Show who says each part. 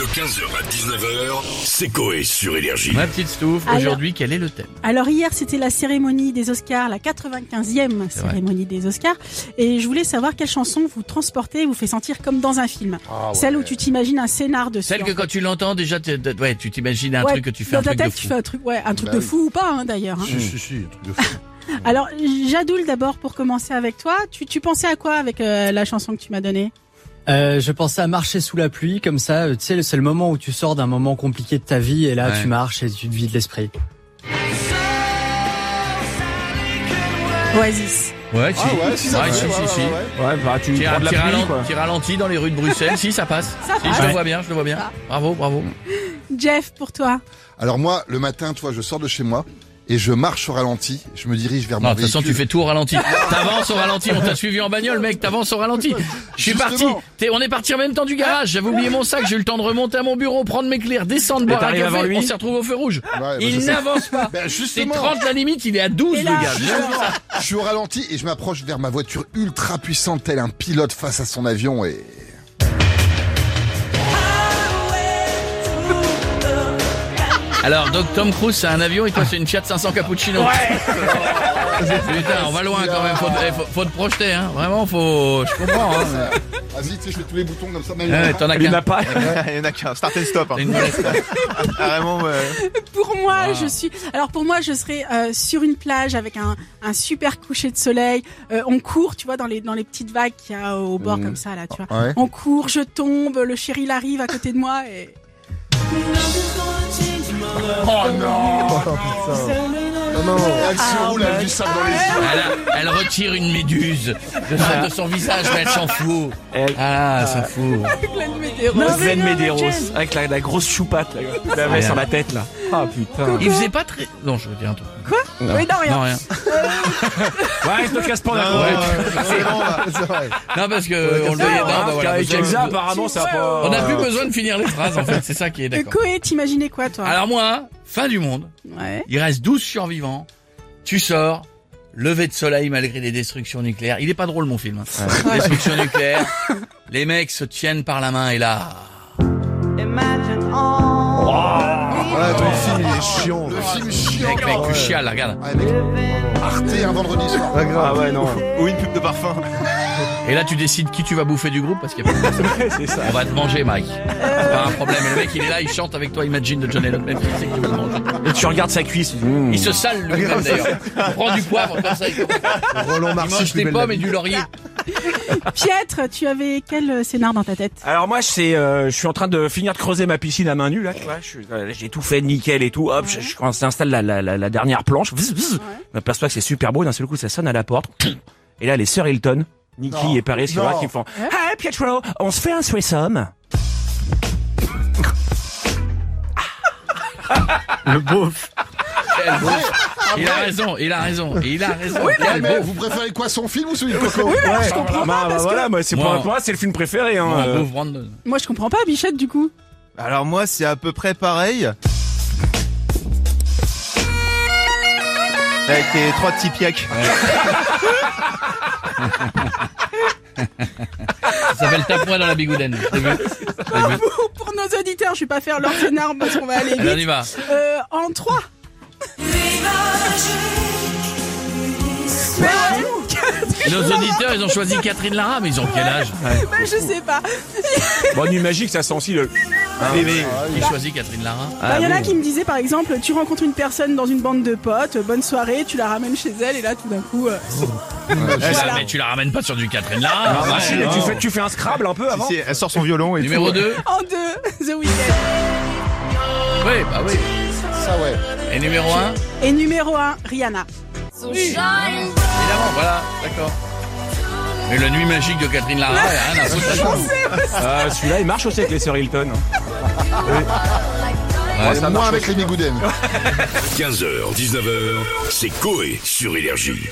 Speaker 1: De 15h à 19h, c'est Coé sur Énergie.
Speaker 2: Ma petite stouffe,
Speaker 3: Alors-
Speaker 2: aujourd'hui, quel est le thème
Speaker 3: Alors hier, c'était la cérémonie des Oscars, la 95e
Speaker 2: vrai.
Speaker 3: cérémonie des Oscars. Et je voulais savoir quelle chanson vous transportez et vous fait sentir comme dans un film.
Speaker 4: Ah
Speaker 3: Celle où tu t'imagines un scénar de
Speaker 2: Ah Celle que quand tu l'entends, déjà, t'es- t'es- ouais, tu t'imagines un
Speaker 3: Ouais,
Speaker 2: truc que tu fais
Speaker 3: dans
Speaker 2: un
Speaker 3: ta
Speaker 2: truc de
Speaker 3: tête, tu
Speaker 2: fou.
Speaker 3: fais un truc, ouais, un truc
Speaker 4: Bah
Speaker 3: de
Speaker 4: oui.
Speaker 3: fou ou pas hein, d'ailleurs. hein.
Speaker 4: Si, si, si, un truc de fou.
Speaker 3: Alors Jadoul d'abord pour commencer avec toi. Tu, tu pensais à quoi avec euh, la chanson que tu m'as donnée
Speaker 5: Euh, je pensais à marcher sous la pluie, comme ça, euh, tu sais, c'est le moment où tu sors d'un moment compliqué de ta vie, et là,
Speaker 2: Ouais.
Speaker 5: tu marches et tu te vides l'esprit.
Speaker 3: Oasis.
Speaker 2: Ouais, si.
Speaker 4: Ah ouais, si, ça
Speaker 2: Ouais,
Speaker 4: fait,
Speaker 2: si,
Speaker 4: ouais,
Speaker 2: si,
Speaker 4: ouais,
Speaker 2: si.
Speaker 4: ouais, ouais.
Speaker 6: Ouais, bah tu
Speaker 2: Petit
Speaker 6: prends de la
Speaker 2: petit
Speaker 6: pluie,
Speaker 2: ralent-
Speaker 6: quoi.
Speaker 2: petit ralenti dans les rues de Bruxelles, si ça passe.
Speaker 3: Ça
Speaker 2: Si,
Speaker 3: passe.
Speaker 2: je le vois bien, je le vois bien.
Speaker 3: Ça.
Speaker 2: Bravo, bravo.
Speaker 3: Jeff pour toi.
Speaker 4: Alors moi, le matin, toi, je sors de chez moi et je marche au ralenti. Je me dirige vers
Speaker 2: Non,
Speaker 6: bah,
Speaker 4: mon
Speaker 2: de toute façon,
Speaker 4: véhicule.
Speaker 2: tu fais tout au ralenti. T'avances au ralenti, on t'a suivi en bagnole, mec, t'avances au ralenti. Je suis
Speaker 4: Justement.
Speaker 2: parti, T'es- on est parti en même temps du garage, j'avais oublié mon sac, j'ai eu le temps de remonter à mon bureau, prendre mes clairs, descendre, boire un
Speaker 6: t'arrives avant
Speaker 2: café,
Speaker 6: lui
Speaker 2: on s'est retrouvé au feu rouge.
Speaker 4: bah, je
Speaker 2: Il
Speaker 4: sais.
Speaker 2: n'avance pas.
Speaker 4: Ben,
Speaker 2: C'est
Speaker 4: justement,
Speaker 2: 30 la limite, il est à 12
Speaker 3: Et
Speaker 2: le
Speaker 3: là-
Speaker 2: gars.
Speaker 4: justement, je suis au ralenti et je m'approche vers ma voiture ultra puissante, tel un pilote face à son avion et.
Speaker 2: Alors, donc Tom Cruise, c'est un avion et toi, c'est une Fiat 500 Cappuccino. Putain, on va loin quand même. Faut, eh, faut, faut te projeter, hein. Vraiment, faut. Je comprends. Hein.
Speaker 4: Ah, vite, tu sais, je fais tous les boutons comme ça. même
Speaker 2: Ouais, T'en as
Speaker 6: Il n'y en
Speaker 2: qu'un.
Speaker 6: a pas.
Speaker 7: Il y en a qu'un, start and stop. hein. Ah,
Speaker 2: T'as une molette.
Speaker 7: Carrément,
Speaker 3: Pour moi,
Speaker 2: Wow.
Speaker 3: je suis. Alors pour moi, je serais euh, sur une plage avec un, un super coucher de soleil. Euh, on court, tu vois, dans les dans les petites vagues qu'il y a au bord comme ça là, tu vois.
Speaker 4: Ouais.
Speaker 3: On court, je tombe, le chéri il arrive à côté de moi et.
Speaker 4: Oh non Non, non, elle
Speaker 2: Ah,
Speaker 4: se roule, elle a du sable dans les yeux.
Speaker 2: Elle, a- elle retire une méduse de son, de son visage, mais elle s'en fout.
Speaker 6: Elle-
Speaker 2: Ah, elle s'en fout.
Speaker 3: Glenn Medeiros.
Speaker 6: Glenn Medeiros, hein, avec la, la grosse choupate, là, la veste sur la tête, là. Ah putain.
Speaker 2: Il faisait pas très. Non, je veux dire un truc.
Speaker 3: Oui, non, rien. Euh,
Speaker 2: Non, rien.
Speaker 6: Ouais, je te casse pas la
Speaker 7: Non,
Speaker 6: couette.
Speaker 4: C'est vrai.
Speaker 2: Non, parce que on le voyait. Non, bah voilà,
Speaker 6: Avec
Speaker 2: parce que-
Speaker 6: Elsa, apparemment, ça a pas.
Speaker 2: On n'a plus besoin de finir les phrases, en fait. C'est ça qui est
Speaker 3: Euh,
Speaker 2: d'accord.
Speaker 3: Coé, t'imaginais quoi, toi
Speaker 2: Alors moi, fin du monde.
Speaker 3: Ouais.
Speaker 2: Il reste 12 survivants. Tu sors. Levé de soleil malgré les destructions nucléaires. Il est pas drôle mon film. hein. Destruction nucléaire. les mecs se tiennent par la main et là.
Speaker 4: Ah, Ouais, ton film, il est chiant. Le film est chiant.
Speaker 2: Mec, mec, tu chiales, regarde.
Speaker 4: Ouais, mec. Arte un vendredi soir.
Speaker 6: Ah ouais, non.
Speaker 7: Ou une pub de parfum.
Speaker 2: Et là, tu décides qui tu vas bouffer du groupe parce qu'il y a pas de personne.
Speaker 6: C'est ça.
Speaker 2: On va te manger, Mike. C'est pas un problème. Et le mec, il est là, il chante avec toi Imagine de John Lennon. Même s'il sait que tu vas le manger.
Speaker 6: Et tu regardes sa cuisse. Mmh. tu dis,
Speaker 2: Il se sale lui-même d'ailleurs. Il prend du poivre comme ça. Il
Speaker 4: Roland
Speaker 2: il mange des pommes et du laurier.
Speaker 3: Pietre, tu avais quel euh, scénar dans ta tête
Speaker 6: Alors moi, c'est, euh, je suis en train de finir de creuser ma piscine à main nue là. tu vois. Je suis- euh, J'ai tout fait nickel et tout. Hop, je, je commence à installer la, la, la, la dernière planche. Vzz, vzz. Je m'aperçois que c'est super beau. D'un seul coup, ça sonne à la porte. Et là, les sœurs Hilton, Nikki
Speaker 4: Non.
Speaker 6: et Paris, tu vois,
Speaker 4: Non.
Speaker 6: qui me font Hey Pietro, on se fait un threesome.
Speaker 5: Le beauf.
Speaker 2: Quel beau. Il a raison, il a raison, il a raison.
Speaker 4: Ouais,
Speaker 2: Quel
Speaker 4: Ah, mais
Speaker 2: beau.
Speaker 4: vous préférez quoi, son film ou celui de Coco
Speaker 6: je comprends pas Ah, bah voilà, moi, c'est
Speaker 2: Moi,
Speaker 6: pour moi, c'est le film préféré. Hein,
Speaker 2: Mon
Speaker 6: euh.
Speaker 2: pauvre Brandon.
Speaker 3: Moi, je comprends pas, Bichette, du coup.
Speaker 7: Alors moi, c'est à peu près pareil. Avec tes trois petits piacs.
Speaker 2: Ça s'appelle Tape-moi dans la bigoudaine. T'as vu T'as vu
Speaker 3: Pour, Ah pour nos auditeurs, je vais pas faire leur scénar parce qu'on va aller
Speaker 2: Allez, on y
Speaker 3: vite.
Speaker 2: va.
Speaker 3: Euh, en 3.
Speaker 2: Nos auditeurs, ils ont choisi Catherine Lara, mais ils ont quel âge
Speaker 6: Ah
Speaker 3: Bah, je sais pas.
Speaker 6: Bon, nuit magique, ça sent aussi le.
Speaker 2: Qui choisit Catherine Lara
Speaker 6: Ah,
Speaker 3: Bah, Il y en a qui me disaient par exemple, tu rencontres une personne dans une bande de potes, euh, bonne soirée, tu la ramènes chez elle et là tout d'un coup, euh,
Speaker 2: Eh, ça,
Speaker 3: Voilà.
Speaker 2: Mais tu la ramènes pas sur du Catherine Lara.
Speaker 6: Ah,
Speaker 2: ouais.
Speaker 6: si, tu, fais, tu fais un Scrabble un peu avant.
Speaker 7: Si, si, elle sort son violon et
Speaker 2: Numéro
Speaker 7: tout.
Speaker 2: 2
Speaker 3: en deux, The Weeknd.
Speaker 2: Oui, bah oui.
Speaker 4: Ça, ouais.
Speaker 2: Et numéro 1
Speaker 3: Et numéro 1, Rihanna.
Speaker 2: Évidemment, voilà, d'accord. Mais la nuit magique de Catherine Lara, elle a rien à foutre là-dedans.
Speaker 6: Ah, celui-là, il marche aussi avec les sœurs Hilton. hein.
Speaker 2: Ouais,
Speaker 4: Moi avec les Bigouden.
Speaker 1: 15h, 19h, c'est Coé sur Énergie.